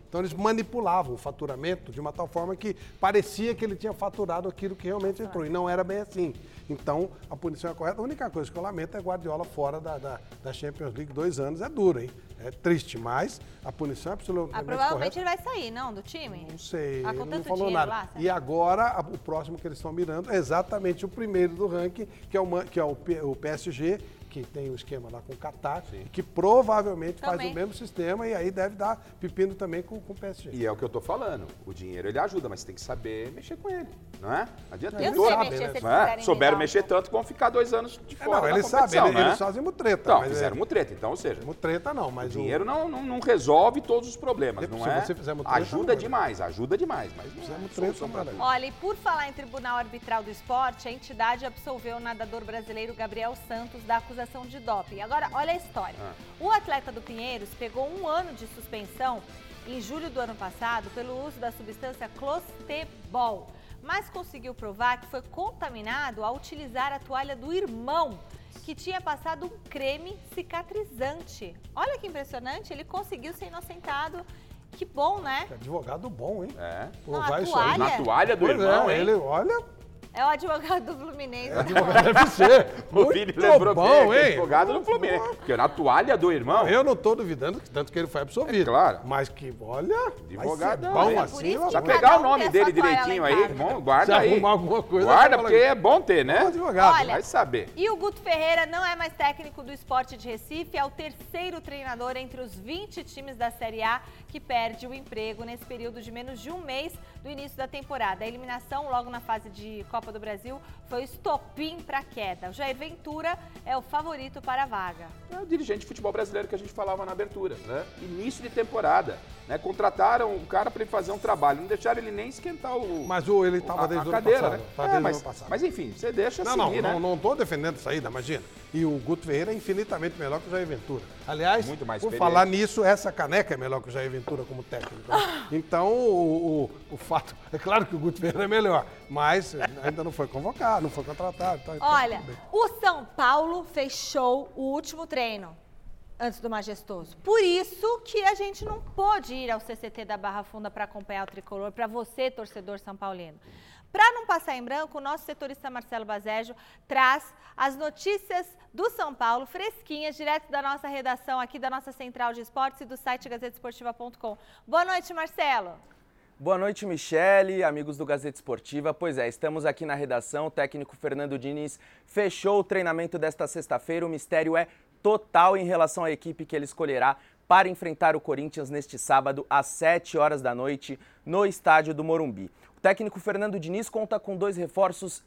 Speaker 2: Então eles manipulavam o faturamento de uma tal forma que parecia que ele tinha faturado aquilo que realmente entrou. E não era bem assim. Então a punição é correta. A única coisa que eu lamento é Guardiola fora da, da, da Champions League dois anos. É duro, hein? É triste, mas a punição é
Speaker 1: Ah,
Speaker 2: absolutamente
Speaker 1: provavelmente
Speaker 2: correta.
Speaker 1: ele vai sair, não, do time?
Speaker 2: Não sei,
Speaker 1: Ah,
Speaker 2: ele
Speaker 1: com
Speaker 2: não
Speaker 1: tanto
Speaker 2: falou
Speaker 1: dinheiro
Speaker 2: nada.
Speaker 1: lá, será?
Speaker 2: e agora, a- o próximo que eles estão mirando é exatamente o primeiro do ranking, que é o, Man- que é o, P- o PSG, que tem o esquema lá com o Qatar, que provavelmente faz
Speaker 1: Também.
Speaker 2: o mesmo sistema e aí deve dar pepino também com, com o PSG.
Speaker 3: E é o que eu tô falando. O dinheiro ele ajuda, mas tem que saber mexer com ele, não é? Não Adianta.
Speaker 1: Eu sei
Speaker 3: tem todo-
Speaker 1: mexer, se eles
Speaker 3: não é?
Speaker 1: quiserem
Speaker 3: Souberam
Speaker 1: me dar um
Speaker 3: mexer tanto que vão ficar dois anos de
Speaker 2: É,
Speaker 3: fora.
Speaker 2: não,
Speaker 3: da
Speaker 2: eles
Speaker 3: competição,
Speaker 2: sabem, eles,
Speaker 3: né?
Speaker 2: eles fazem uma treta.
Speaker 3: Não,
Speaker 2: mas
Speaker 3: fizeram
Speaker 2: é,
Speaker 3: uma treta. Então, ou seja,
Speaker 2: uma treta não, mas
Speaker 3: o dinheiro não, não, não resolve todos os problemas,
Speaker 2: Depois,
Speaker 3: não
Speaker 2: se
Speaker 3: é?
Speaker 2: você fizer uma treta, não
Speaker 3: ajuda
Speaker 2: vai.
Speaker 3: demais, ajuda demais, mas não
Speaker 2: Fizemos
Speaker 3: é
Speaker 2: treta,
Speaker 3: solução pra
Speaker 2: não vai.
Speaker 3: tudo.
Speaker 1: Olha, e por falar em Tribunal Arbitral do Esporte, a entidade absolveu o nadador brasileiro Gabriel Santos da acusação de doping. Agora, olha a história. O atleta do Pinheiros pegou um ano de suspensão em julho do ano passado pelo uso da substância clostebol, mas conseguiu provar que foi contaminado ao utilizar a toalha do irmão, que tinha passado um creme cicatrizante. Olha que impressionante, ele conseguiu ser inocentado. Que bom, né?
Speaker 2: é advogado bom, hein?
Speaker 3: É.
Speaker 1: Não, a
Speaker 2: vai isso
Speaker 1: toalha-
Speaker 2: aí.
Speaker 3: Na toalha do
Speaker 2: Pois
Speaker 3: irmão,
Speaker 2: é,
Speaker 3: hein?
Speaker 2: ele, olha,
Speaker 1: É o advogado do Fluminense.
Speaker 2: advogado deve ser.
Speaker 3: [LAUGHS] [LAUGHS] O
Speaker 2: Muito
Speaker 3: Vini lembrou
Speaker 2: bom,
Speaker 3: bem, que é
Speaker 2: hein?
Speaker 3: advogado do Fluminense. Porque na toalha do irmão,
Speaker 2: Eu não estou duvidando, que tanto que ele foi absolvido.
Speaker 3: É claro. Tá
Speaker 2: Mas que, olha, advogado,
Speaker 3: Advogadão,
Speaker 2: bom
Speaker 3: hein?
Speaker 1: Por
Speaker 2: assim,
Speaker 1: isso que
Speaker 2: ó,
Speaker 3: já
Speaker 1: cada
Speaker 3: pegar
Speaker 1: um
Speaker 3: o nome
Speaker 1: tem a
Speaker 3: dele
Speaker 1: sua toalha lá
Speaker 3: direitinho
Speaker 1: em
Speaker 3: aí,
Speaker 1: casa.
Speaker 3: irmão,
Speaker 2: se
Speaker 3: guarda aí.
Speaker 2: arrumar alguma coisa...
Speaker 3: Guarda,
Speaker 2: tá
Speaker 3: porque é bom ter, né?
Speaker 2: bom advogado.
Speaker 1: Olha,
Speaker 3: Vai saber.
Speaker 1: E o Guto Ferreira não é mais técnico do esporte de Recife, é o terceiro treinador entre os 20 times da Série A que perde o emprego nesse período de menos de um mês do início da temporada. A eliminação logo na fase de Copa Copa do Brasil foi o estopim para a queda. O Jair Ventura é o favorito para a vaga.
Speaker 3: É o dirigente de futebol brasileiro que a gente falava na abertura, né? Início de temporada, né? Contrataram um cara para ele fazer um trabalho, não deixaram ele nem esquentar o
Speaker 2: Mas o- ele
Speaker 3: o-
Speaker 2: tava
Speaker 3: a-
Speaker 2: desde
Speaker 3: a
Speaker 2: o ano
Speaker 3: cadeira,
Speaker 2: passado,
Speaker 3: né?
Speaker 2: tava
Speaker 3: É,
Speaker 2: desde o
Speaker 3: mas,
Speaker 2: ano passado.
Speaker 3: mas enfim, você deixa
Speaker 2: Não, não,
Speaker 3: seguir, né?
Speaker 2: não, não tô defendendo saída, imagina. E o Guto Ferreira é infinitamente melhor que o Jair Ventura. Aliás,
Speaker 3: Muito mais
Speaker 2: por
Speaker 3: experiente.
Speaker 2: falar nisso, essa caneca é melhor que o Jair Ventura como
Speaker 1: [LAUGHS]
Speaker 2: técnico. né? Então, o, o- o fato. É claro que o Guto Ferreira é melhor, mas ainda não foi convocado, não foi contratado. tá- tá
Speaker 1: Olha,
Speaker 2: tudo bem.
Speaker 1: o São Paulo fechou o último treino antes do Majestoso. Por isso que a gente não pôde ir ao CCT da Barra Funda para acompanhar o tricolor, para você, torcedor são paulino. Para não passar em branco, o nosso setorista Marcelo Bazejo traz as notícias do São Paulo fresquinhas, direto da nossa redação aqui, da nossa central de esportes e do site gazetesportiva.com. Boa noite, Marcelo.
Speaker 5: Boa noite, Michele, amigos do Gazeta Esportiva. Pois é, estamos aqui na redação. O técnico Fernando Diniz fechou o treinamento desta sexta-feira. O mistério é total em relação à equipe que ele escolherá para enfrentar o Corinthians neste sábado, às 7 horas da noite, no estádio do Morumbi. O técnico Fernando Diniz conta com dois reforços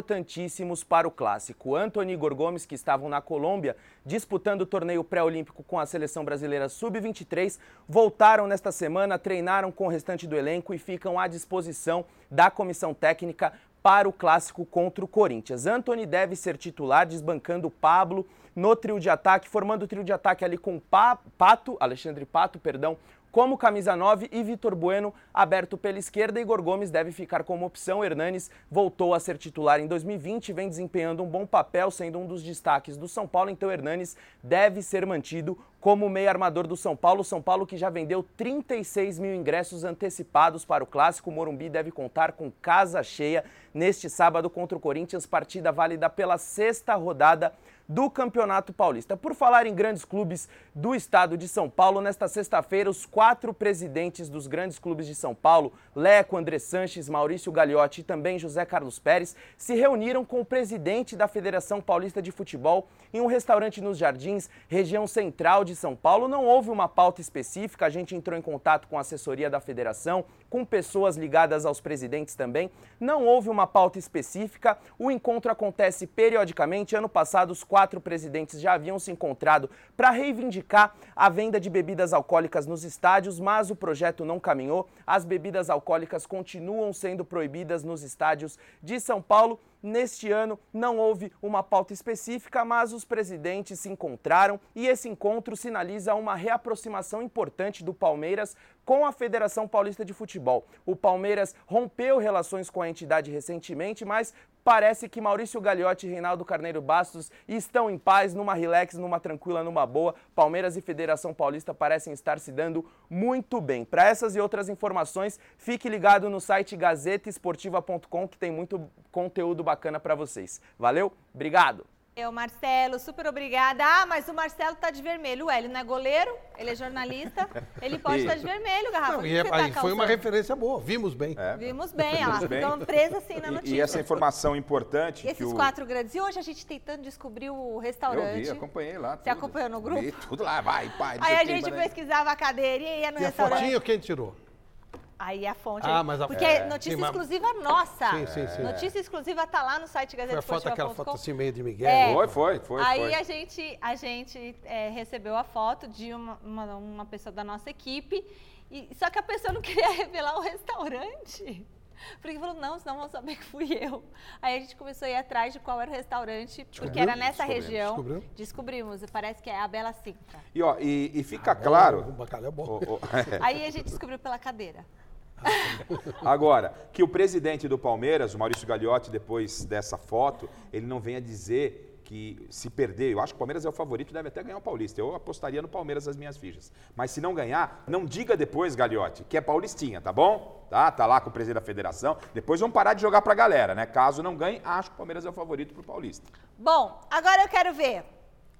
Speaker 5: importantíssimos para o clássico. Antony e Igor Gomes, que estavam na Colômbia disputando o torneio pré-olímpico com a seleção brasileira sub-23, voltaram nesta semana, treinaram com o restante do elenco e ficam à disposição da comissão técnica para o clássico contra o Corinthians. Antony deve ser titular, desbancando o Pablo no trio de ataque, formando o trio de ataque ali com Pa- Pato, Alexandre Pato, perdão, como camisa 9 e Vitor Bueno aberto pela esquerda. Igor Gomes deve ficar como opção. Hernanes voltou a ser titular em 2020 e vem desempenhando um bom papel, sendo um dos destaques do São Paulo. Então, Hernanes deve ser mantido como meio armador do São Paulo. São Paulo que já vendeu 36 mil ingressos antecipados para o Clássico. Morumbi deve contar com casa cheia neste sábado contra o Corinthians, partida válida pela sexta rodada do Campeonato Paulista. Por falar em grandes clubes do estado de São Paulo, nesta sexta-feira, os quatro presidentes dos grandes clubes de São Paulo, Leco, André Sanches, Maurício Gagliotti e também José Carlos Pérez, se reuniram com o presidente da Federação Paulista de Futebol em um restaurante nos Jardins, região central de São Paulo. Não houve uma pauta específica, a gente entrou em contato com a assessoria da federação, com pessoas ligadas aos presidentes também. Não houve uma pauta específica. O encontro acontece periodicamente. Ano passado, os quatro presidentes já haviam se encontrado para reivindicar a venda de bebidas alcoólicas nos estádios, mas o projeto não caminhou. As bebidas alcoólicas continuam sendo proibidas nos estádios de São Paulo. Neste ano não houve uma pauta específica, mas os presidentes se encontraram e esse encontro sinaliza uma reaproximação importante do Palmeiras com a Federação Paulista de Futebol. O Palmeiras rompeu relações com a entidade recentemente, mas parece que Maurício Gagliotti e Reinaldo Carneiro Bastos estão em paz, numa relax, numa tranquila, numa boa. Palmeiras e Federação Paulista parecem estar se dando muito bem. Para essas e outras informações, fique ligado no site gazetesportiva.com que tem muito conteúdo bacana para vocês. Valeu? Obrigado.
Speaker 1: Eu, É Marcelo, super obrigada. Ah, mas o Marcelo tá de vermelho. Ué, ele não é goleiro, ele é jornalista. Ele pode estar de vermelho, Garrafa.
Speaker 2: Não,
Speaker 1: O que
Speaker 2: e é-
Speaker 1: você tá
Speaker 2: aí foi uma
Speaker 1: calçando?
Speaker 2: referência boa, vimos bem.
Speaker 1: É. Vimos bem, olha lá.
Speaker 3: Vimos bem.
Speaker 1: Ficamos presa assim na
Speaker 3: E,
Speaker 1: notícia.
Speaker 3: e essa informação importante que
Speaker 1: Esses
Speaker 3: o...
Speaker 1: quatro grandes. E hoje a gente tentando descobrir o
Speaker 3: Eu
Speaker 1: restaurante.
Speaker 3: vi, acompanhei lá.
Speaker 1: Você
Speaker 3: tudo.
Speaker 1: acompanhou no grupo?
Speaker 3: Vi tudo lá, vai, pai. não
Speaker 1: Aí
Speaker 3: sei
Speaker 1: a
Speaker 3: o quê,
Speaker 1: gente
Speaker 3: mas- é.
Speaker 1: pesquisava a cadeirinha e ia no
Speaker 2: E a
Speaker 1: restaurante.
Speaker 2: fotinho quem tirou?
Speaker 1: Aí a fonte.
Speaker 2: Ah, mas a-
Speaker 1: Porque
Speaker 2: é,
Speaker 1: notícia
Speaker 2: sim, mas-
Speaker 1: exclusiva nossa.
Speaker 2: Sim, sim, sim.
Speaker 1: Notícia exclusiva tá lá no site
Speaker 2: Foi a foto, aquela
Speaker 1: gazetesportiva.com.
Speaker 2: foto assim meio de Miguel.
Speaker 1: É.
Speaker 3: Foi, foi, foi.
Speaker 1: Aí
Speaker 3: foi.
Speaker 1: a gente, a gente é, recebeu a foto de uma, uma, uma pessoa da nossa equipe, e, só que a pessoa não [LAUGHS] queria revelar o restaurante. Porque falou, não, senão vão saber que fui eu. Aí a gente começou a ir atrás de qual era o restaurante, porque era nessa
Speaker 3: Descobrimos,
Speaker 1: região.
Speaker 2: descobriu?
Speaker 1: Descobrimos, e parece que é a Bela Cinta.
Speaker 3: E, ó, e, e fica claro...
Speaker 2: Um bacalhau bom.
Speaker 3: Ô, ô,
Speaker 2: [LAUGHS]
Speaker 3: [LAUGHS]
Speaker 1: Aí a gente descobriu pela cadeira.
Speaker 3: Agora, que o presidente do Palmeiras, o Maurício Gagliotti, depois dessa foto, ele não venha dizer que se perder, eu acho que o Palmeiras é o favorito, deve até ganhar o Paulista. Eu apostaria no Palmeiras as minhas fichas. Mas se não ganhar, não diga depois, Gagliotti, que é paulistinha, tá bom? Tá, tá lá com o presidente da federação. Depois vão parar de jogar pra galera, né? Caso não ganhe, acho que o Palmeiras é o favorito pro Paulista.
Speaker 1: Bom, agora eu quero ver.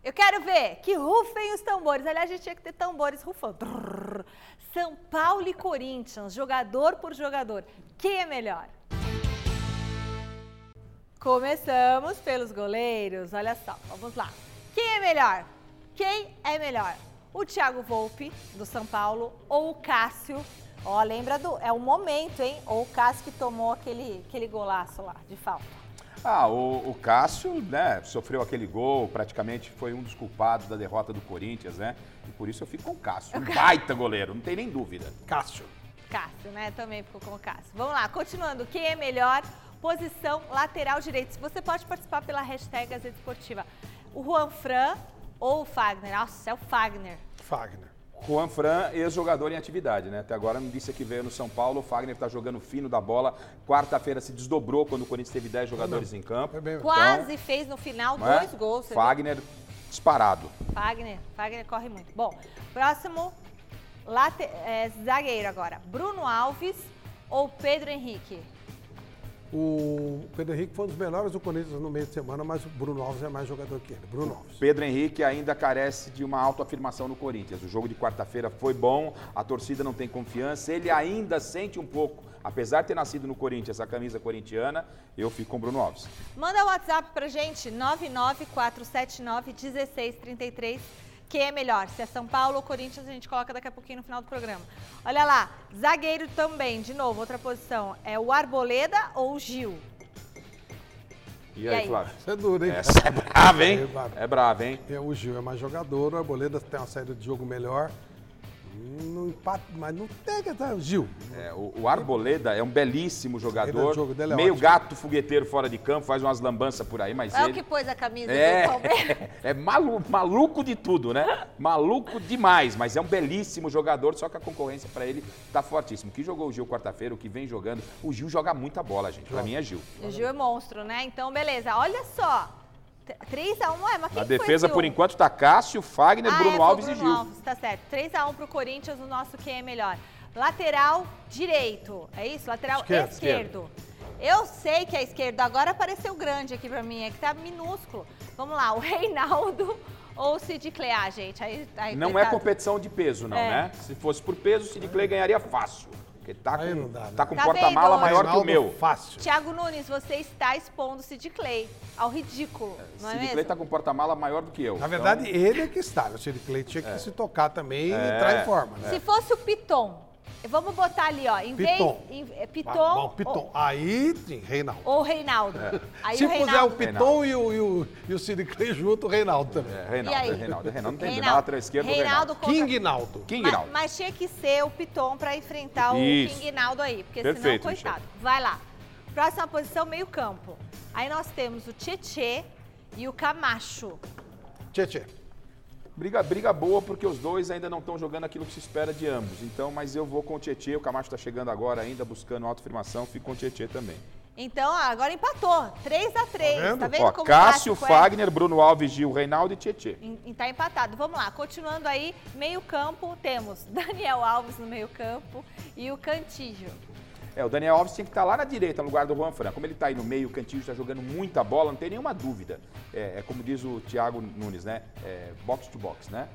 Speaker 1: Eu quero ver que rufem os tambores. Aliás, a gente tinha que ter tambores rufando. Trrr. São Paulo e Corinthians, jogador por jogador. Quem é melhor? Começamos pelos goleiros. Olha só, vamos lá. Quem é melhor? Quem é melhor? O Thiago Volpe, do São Paulo, ou o Cássio, Ó, lembra do. É o momento, hein? Ou o Cássio que tomou aquele, aquele golaço lá de falta.
Speaker 3: Ah, o, o Cássio, né, sofreu aquele gol, praticamente foi um dos culpados da derrota do Corinthians, né? E por isso eu fico com o Cássio. Um baita goleiro, não tem nem dúvida.
Speaker 2: Cássio.
Speaker 1: Cássio, né? Também ficou com o Cássio. Vamos lá, continuando. Quem é melhor? Posição lateral direito. Você pode participar pela hashtag Gazeta Esportiva. O Juan Fran ou o Fagner? Nossa, é o Fagner.
Speaker 2: Fagner.
Speaker 3: Juan Fran, ex-jogador em atividade, né? Até agora notícia que veio no São Paulo, o Fagner tá jogando fino da bola. Quarta-feira se desdobrou quando o Corinthians teve 10 jogadores em campo.
Speaker 2: É bem...
Speaker 1: Quase fez no final
Speaker 3: Então, Não é?
Speaker 1: dois gols. você
Speaker 3: Fagner disparado.
Speaker 1: viu? Fagner. Fagner corre muito. Bom, próximo late, é, zagueiro agora. Bruno Alves ou Pedro Henrique?
Speaker 2: O Pedro Henrique foi um dos melhores do Corinthians no meio de semana, mas o Bruno Alves é mais jogador que ele. Bruno Alves.
Speaker 3: Pedro Henrique ainda carece de uma autoafirmação no Corinthians. O jogo de quarta-feira foi bom, a torcida não tem confiança, ele ainda sente um pouco. Apesar de ter nascido no Corinthians, a camisa corintiana, eu fico com o Bruno Alves.
Speaker 1: Manda o WhatsApp pra gente, 994791633. Quem é melhor? Se é São Paulo ou Corinthians, a gente coloca daqui a pouquinho no final do programa. Olha lá, zagueiro também, de novo, outra posição. É o Arboleda ou o Gil?
Speaker 3: E,
Speaker 1: E
Speaker 3: aí,
Speaker 1: aí?
Speaker 3: Flávio?
Speaker 2: Isso é duro, hein?
Speaker 3: Essa é brava, hein?
Speaker 2: É brava.
Speaker 3: É brava, hein?
Speaker 2: É, o Gil é mais jogador, o Arboleda tem uma saída de jogo melhor. Não empate, mas não tem que tá, Gil.
Speaker 3: É, o, o Arboleda é um belíssimo jogador.
Speaker 2: Ele, o jogo dele é
Speaker 3: meio
Speaker 2: ótimo.
Speaker 3: gato fogueteiro fora de campo, faz umas lambanças por aí, mas
Speaker 1: É o
Speaker 3: ele.
Speaker 1: que pôs a camisa
Speaker 3: É,
Speaker 1: do Palmeiras.
Speaker 3: [LAUGHS] é malu- maluco de tudo, né? Maluco demais, mas é um belíssimo jogador, só que a concorrência pra ele tá fortíssimo. O que jogou o Gil quarta-feira, o que vem jogando, o Gil joga muita bola, gente. Pra mim é Gil.
Speaker 1: O [LAUGHS] Gil é monstro, né? Então, beleza. Olha só. 3x1, é, mas quem
Speaker 3: Na
Speaker 1: foi
Speaker 3: defesa,
Speaker 1: que
Speaker 3: por
Speaker 1: o-
Speaker 3: enquanto, tá Cássio, Fagner,
Speaker 1: Ah, é,
Speaker 3: Bruno
Speaker 1: foi o
Speaker 3: Alves e
Speaker 1: Bruno
Speaker 3: Gil.
Speaker 1: Alves, tá certo. 3x1 pro Corinthians, o nosso quem é melhor. Lateral direito, é isso? Lateral
Speaker 2: Esquerdo,
Speaker 1: esquerdo. Eu sei que é esquerdo, agora apareceu grande aqui pra mim, é que tá minúsculo. Vamos lá, o Reinaldo [LAUGHS] ou o Cid Clear, gente? Aí, aí,
Speaker 3: Não é
Speaker 1: coitado.
Speaker 3: competição de peso, não,
Speaker 1: É.
Speaker 3: né? Se fosse por peso, o Sid Clay ganharia fácil. Porque tá
Speaker 2: Aí
Speaker 3: com,
Speaker 2: não dá, né?
Speaker 3: tá com
Speaker 1: Tá
Speaker 3: porta-mala
Speaker 1: vendo?
Speaker 3: maior que o
Speaker 2: Reinaldo
Speaker 3: meu.
Speaker 2: É Fácil.
Speaker 1: Thiago Nunes, você está expondo o Cid Clay ao ridículo, não é
Speaker 3: Sid
Speaker 1: mesmo?
Speaker 3: Clay tá com porta-mala maior do que eu.
Speaker 2: Na
Speaker 3: Então, É.
Speaker 2: verdade, ele é que está. O Cid Clay tinha que se tocar também e entrar em forma. Né?
Speaker 1: Se fosse o Piton, vamos botar ali, ó, em
Speaker 2: Piton.
Speaker 1: vez... Em, é,
Speaker 2: Bom,
Speaker 1: Piton,
Speaker 2: bom, Piton. Aí, sim, Reinaldo.
Speaker 1: Ou, ou Reinaldo. Aí
Speaker 2: Se
Speaker 1: o
Speaker 2: puser o
Speaker 1: Reinaldo...
Speaker 2: Piton e o, e o, e o Cid Clay junto, o Reinaldo também.
Speaker 3: É,
Speaker 1: E
Speaker 3: Reinaldo,
Speaker 1: aí?
Speaker 3: é Reinaldo, é Reinaldo. Não tem
Speaker 1: Reinaldo.
Speaker 3: nada atrás esquerda do Reinaldo.
Speaker 1: contra-
Speaker 2: King Naldo.
Speaker 3: King
Speaker 1: Ma-
Speaker 3: Reinaldo.
Speaker 1: Mas, tinha que ser o Piton pra enfrentar
Speaker 3: Isso.
Speaker 1: o King Naldo aí, porque
Speaker 3: Perfeito,
Speaker 1: senão, coitado. Vai lá. Próxima posição, meio campo. Aí nós temos o Tietê e o Camacho.
Speaker 2: Tchê, tchê.
Speaker 3: Briga, briga boa, porque os dois ainda não estão jogando aquilo que se espera de ambos. Então, mas eu vou com o Tietchan, o Camacho está chegando agora ainda, buscando autoafirmação, fico com o Tietchan também.
Speaker 1: Então, ó, agora empatou. 3 a 3 Tá
Speaker 2: Tá
Speaker 1: vendo,
Speaker 2: vendo?
Speaker 3: Ó,
Speaker 1: como
Speaker 3: Cássio,
Speaker 1: clássico é?
Speaker 3: Fagner, Bruno Alves, Gil, Reinaldo e Tietchan.
Speaker 1: Em- em- Tá empatado. Vamos lá, continuando aí, meio campo, temos [LAUGHS] Daniel Alves no meio campo e o Cantígio.
Speaker 3: É, o Daniel Alves tinha que estar lá na direita, no lugar do Juan Fran. Como ele está aí no meio, o Cantillo está jogando muita bola, não tem nenhuma dúvida. É, é como diz o Thiago Nunes, né? É box to box, né?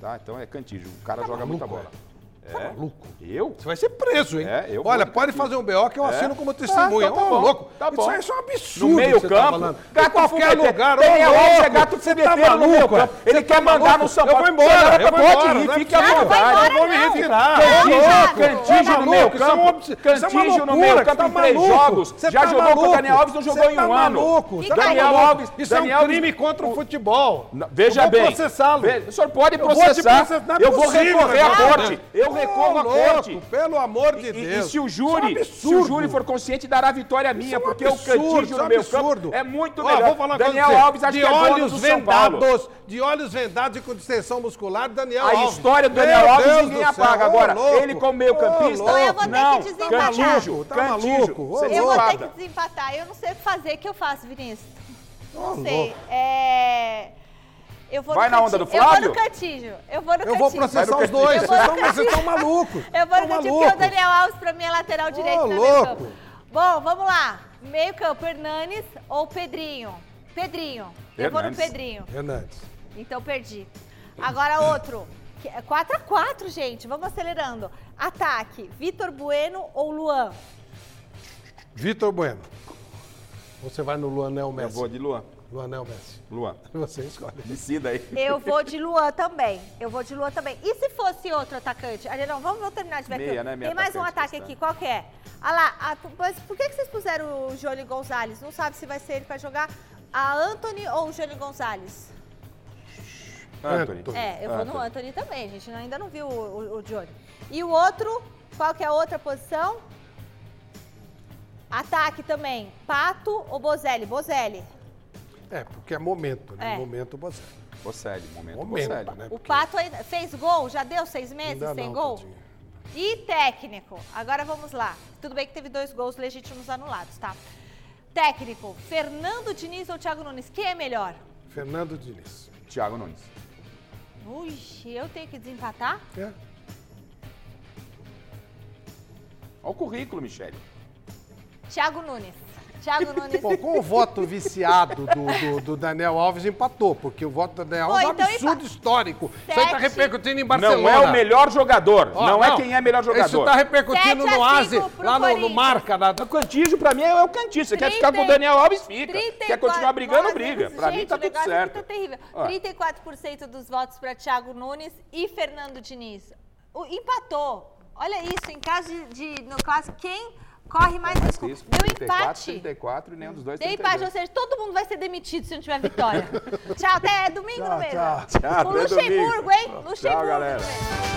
Speaker 3: Tá? Então é Cantillo, o cara joga muita
Speaker 2: maluco,
Speaker 3: bola. É.
Speaker 2: Tá maluco?
Speaker 3: Eu?
Speaker 2: Você vai ser preso, hein?
Speaker 3: É, eu
Speaker 2: Olha,
Speaker 3: vou-
Speaker 2: pode fazer um BO que eu
Speaker 3: É?
Speaker 2: assino como testemunha.
Speaker 3: Ah, então tá
Speaker 2: Ô,
Speaker 3: bom,
Speaker 2: louco.
Speaker 3: tá bom.
Speaker 2: Isso aí é só um absurdo.
Speaker 3: No
Speaker 2: que
Speaker 3: meio
Speaker 2: você tá
Speaker 3: campo,
Speaker 2: falando.
Speaker 3: gato
Speaker 2: em qualquer
Speaker 3: foguete-
Speaker 2: lugar, ô,
Speaker 3: Daniel Alves é
Speaker 2: louco,
Speaker 3: gato
Speaker 2: você
Speaker 3: fogueteiro
Speaker 2: tá
Speaker 3: no
Speaker 2: maluco,
Speaker 3: meio
Speaker 2: é?
Speaker 3: campo.
Speaker 2: Você
Speaker 3: Ele
Speaker 2: tá
Speaker 3: quer mandar
Speaker 2: maluco?
Speaker 3: no São Paulo.
Speaker 2: Eu vou embora,
Speaker 3: Cara,
Speaker 2: eu vou
Speaker 3: pode
Speaker 2: embora,
Speaker 3: ir,
Speaker 2: não é
Speaker 3: fique à
Speaker 2: possível.
Speaker 3: vontade.
Speaker 1: Vai embora,
Speaker 2: Eu vou me
Speaker 1: não.
Speaker 2: retirar.
Speaker 1: Cantígio,
Speaker 3: é
Speaker 2: Ô, louco,
Speaker 3: Cantígio
Speaker 2: tá
Speaker 3: no
Speaker 2: maluco,
Speaker 3: meio
Speaker 2: isso é uma
Speaker 3: campo.
Speaker 2: abs- isso é uma
Speaker 3: Cantígio no
Speaker 2: loucura,
Speaker 3: meio campo
Speaker 2: você
Speaker 3: em
Speaker 2: tá
Speaker 3: três
Speaker 2: maluco,
Speaker 3: jogos.
Speaker 2: você
Speaker 3: Já
Speaker 2: tá
Speaker 3: jogou com o
Speaker 2: maluco,
Speaker 3: Daniel Alves, não
Speaker 2: você
Speaker 3: jogou em
Speaker 2: tá
Speaker 3: um ano.
Speaker 2: maluco, você tá
Speaker 3: Daniel
Speaker 2: maluco.
Speaker 3: Alves,
Speaker 2: Isso é
Speaker 3: Daniel
Speaker 2: um
Speaker 3: Alves-
Speaker 2: crime contra o futebol.
Speaker 3: Não, veja
Speaker 2: eu
Speaker 3: bem.
Speaker 2: Vou processá-lo.
Speaker 3: Ve- O senhor pode
Speaker 2: Eu vou te
Speaker 3: processar.
Speaker 2: processar, não é
Speaker 3: Eu vou
Speaker 2: possível,
Speaker 3: recorrer à
Speaker 2: cara.
Speaker 3: corte. Eu
Speaker 2: Ô,
Speaker 3: recorro à
Speaker 2: louco,
Speaker 3: corte.
Speaker 2: Pelo amor de
Speaker 3: E- E,
Speaker 2: Deus.
Speaker 3: se o
Speaker 2: Isso é um
Speaker 3: júri, se o
Speaker 2: absurdo.
Speaker 3: júri for consciente, dará vitória
Speaker 2: Isso
Speaker 3: minha,
Speaker 2: é um
Speaker 3: porque
Speaker 2: absurdo,
Speaker 3: o
Speaker 2: isso
Speaker 3: cantígio
Speaker 2: é
Speaker 3: no
Speaker 2: um
Speaker 3: meu
Speaker 2: absurdo.
Speaker 3: campo é muito
Speaker 2: Ó,
Speaker 3: melhor.
Speaker 2: vou falar uma coisa
Speaker 3: Daniel
Speaker 2: pra você.
Speaker 3: Alves acho
Speaker 2: de
Speaker 3: que é dono
Speaker 2: olhos
Speaker 3: do São Paulo.
Speaker 2: vendados, de olhos vendados e com distensão muscular, Daniel
Speaker 3: A
Speaker 2: Alves.
Speaker 3: história do Daniel
Speaker 2: Meu
Speaker 3: Alves
Speaker 2: Deus
Speaker 3: ninguém
Speaker 2: do
Speaker 3: apaga.
Speaker 2: céu, ô,
Speaker 3: Agora,
Speaker 2: louco,
Speaker 3: ele como
Speaker 2: ô,
Speaker 3: meio campista,
Speaker 2: louco.
Speaker 1: Então eu vou ter que
Speaker 3: não,
Speaker 1: desempatar.
Speaker 3: cantígio,
Speaker 2: Tá
Speaker 3: cantígio.
Speaker 2: maluco, ô,
Speaker 3: Você
Speaker 1: Eu vou ter que
Speaker 3: espada.
Speaker 1: desempatar. Eu não sei o que fazer. O que eu faço, Vinícius? Não
Speaker 2: Ô,
Speaker 1: sei.
Speaker 2: louco.
Speaker 1: É... Eu vou
Speaker 3: Vai
Speaker 1: no
Speaker 3: na onda do
Speaker 1: cantígio. Eu vou
Speaker 3: Flávio?
Speaker 1: no cantígio. Eu vou no
Speaker 2: Eu
Speaker 1: cantígio.
Speaker 2: vou processar os dois.
Speaker 1: [LAUGHS] Eu vou
Speaker 2: Vocês
Speaker 1: no
Speaker 2: estão vocês
Speaker 1: cantígio.
Speaker 2: estão malucos.
Speaker 1: Eu vou no
Speaker 2: Estão
Speaker 1: cantígio porque o
Speaker 2: malucos.
Speaker 1: Daniel Alves pra mim é lateral direito
Speaker 2: Ô,
Speaker 1: na
Speaker 2: louco.
Speaker 1: meio campo. Bom, vamos lá. Meio campo, Hernanes ou Pedrinho? Pedrinho. Eu vou no
Speaker 3: Hernanes.
Speaker 1: Pedrinho.
Speaker 2: Hernandes.
Speaker 1: Então perdi. Agora outro. é 4x4, gente. Vamos acelerando. Ataque. Vitor Bueno ou Luan?
Speaker 2: Vitor Bueno. Você vai no Luanel
Speaker 3: Eu
Speaker 2: Messi.
Speaker 3: vou de Luan.
Speaker 2: Luanel ou Messi?
Speaker 3: Luan.
Speaker 2: Você escolhe.
Speaker 3: Decida aí.
Speaker 1: Eu vou de Luan também. Eu vou de Luan também. E se fosse outro atacante? Ali não, vamos, vamos terminar de ver
Speaker 3: Meia,
Speaker 1: aqui.
Speaker 3: né? Meia
Speaker 1: Tem mais um
Speaker 3: atacante,
Speaker 1: ataque
Speaker 3: tá.
Speaker 1: aqui, qual que é? Ah lá, ah, tu- mas por que, que vocês puseram o Jônio Gonzalez? Não sabe se vai ser ele pra jogar a Anthony ou o Jônio Gonzalez?
Speaker 3: Anthony.
Speaker 2: Anthony.
Speaker 1: É, eu vou no
Speaker 3: Anthony.
Speaker 1: Anthony também, gente não- ainda não viu o, o, o Johnny. E o outro, qual que é a outra posição? Ataque também, Pato ou Bozelli? Bozelli.
Speaker 2: É, porque é momento, né?
Speaker 1: É.
Speaker 2: Momento você.
Speaker 3: Bocelli, momento.
Speaker 2: Momento,
Speaker 3: Bocelli.
Speaker 2: né?
Speaker 1: O Pato ainda fez gol? Já deu seis meses
Speaker 2: Ainda
Speaker 1: sem
Speaker 2: não,
Speaker 1: gol?
Speaker 2: tadinho.
Speaker 1: E técnico, agora vamos lá. Tudo bem que teve dois gols legítimos anulados, tá? Técnico, Fernando Diniz ou Thiago Nunes, quem é melhor?
Speaker 2: Fernando Diniz.
Speaker 3: Thiago Nunes.
Speaker 1: Ui, eu tenho que desempatar?
Speaker 2: É.
Speaker 3: Olha o currículo, Michele.
Speaker 1: Thiago Nunes.
Speaker 2: [LAUGHS]
Speaker 1: Thiago Nunes.
Speaker 2: Bom, com o voto viciado do, do- do Daniel Alves, empatou, porque o voto do Daniel
Speaker 1: Pô,
Speaker 2: Alves é
Speaker 1: então
Speaker 2: um absurdo
Speaker 1: empa-
Speaker 2: histórico. Isso aí está
Speaker 1: Sete.
Speaker 2: repercutindo em
Speaker 3: Não
Speaker 2: Barcelona.
Speaker 3: é o melhor jogador.
Speaker 2: Ó, tá
Speaker 3: não, é quem é melhor
Speaker 2: Isso
Speaker 3: jogador.
Speaker 2: está repercutindo
Speaker 1: Sete a
Speaker 2: no ASE,
Speaker 1: cinco pro
Speaker 2: lá no, no
Speaker 1: Corinthians.
Speaker 2: Marca. Na, na-
Speaker 3: O cantígio, pra mim, é o cantígio. Você quer ficar com o
Speaker 1: 30
Speaker 3: Daniel Alves, fica.
Speaker 1: 34
Speaker 3: Quer continuar brigando,
Speaker 1: Nossa,
Speaker 3: briga.
Speaker 1: gente,
Speaker 3: Pra mim, tá
Speaker 1: o
Speaker 3: tudo
Speaker 1: negócio
Speaker 3: certo.
Speaker 1: Tá terrível.
Speaker 3: Ó.
Speaker 1: 34% dos votos para Thiago Nunes e Fernando Diniz. O, empatou. Olha isso, em caso de, de- no clássico, quem corre mais risco?
Speaker 3: Isso,
Speaker 1: Deu
Speaker 3: 34,
Speaker 1: empate.
Speaker 3: 34 e nenhum dos dois
Speaker 1: Deu
Speaker 3: tem né?
Speaker 1: empate, ou seja, todo mundo vai ser demitido se não tiver
Speaker 3: [LAUGHS]
Speaker 1: vitória. tchau, até domingo
Speaker 2: Tchau,
Speaker 1: no mesmo.
Speaker 2: tchau.
Speaker 3: Tchau,
Speaker 1: o
Speaker 3: até domingo.
Speaker 1: Luxemburgo, hein?
Speaker 3: Tchau,
Speaker 1: Luxemburgo.
Speaker 3: galera.
Speaker 1: no mesmo.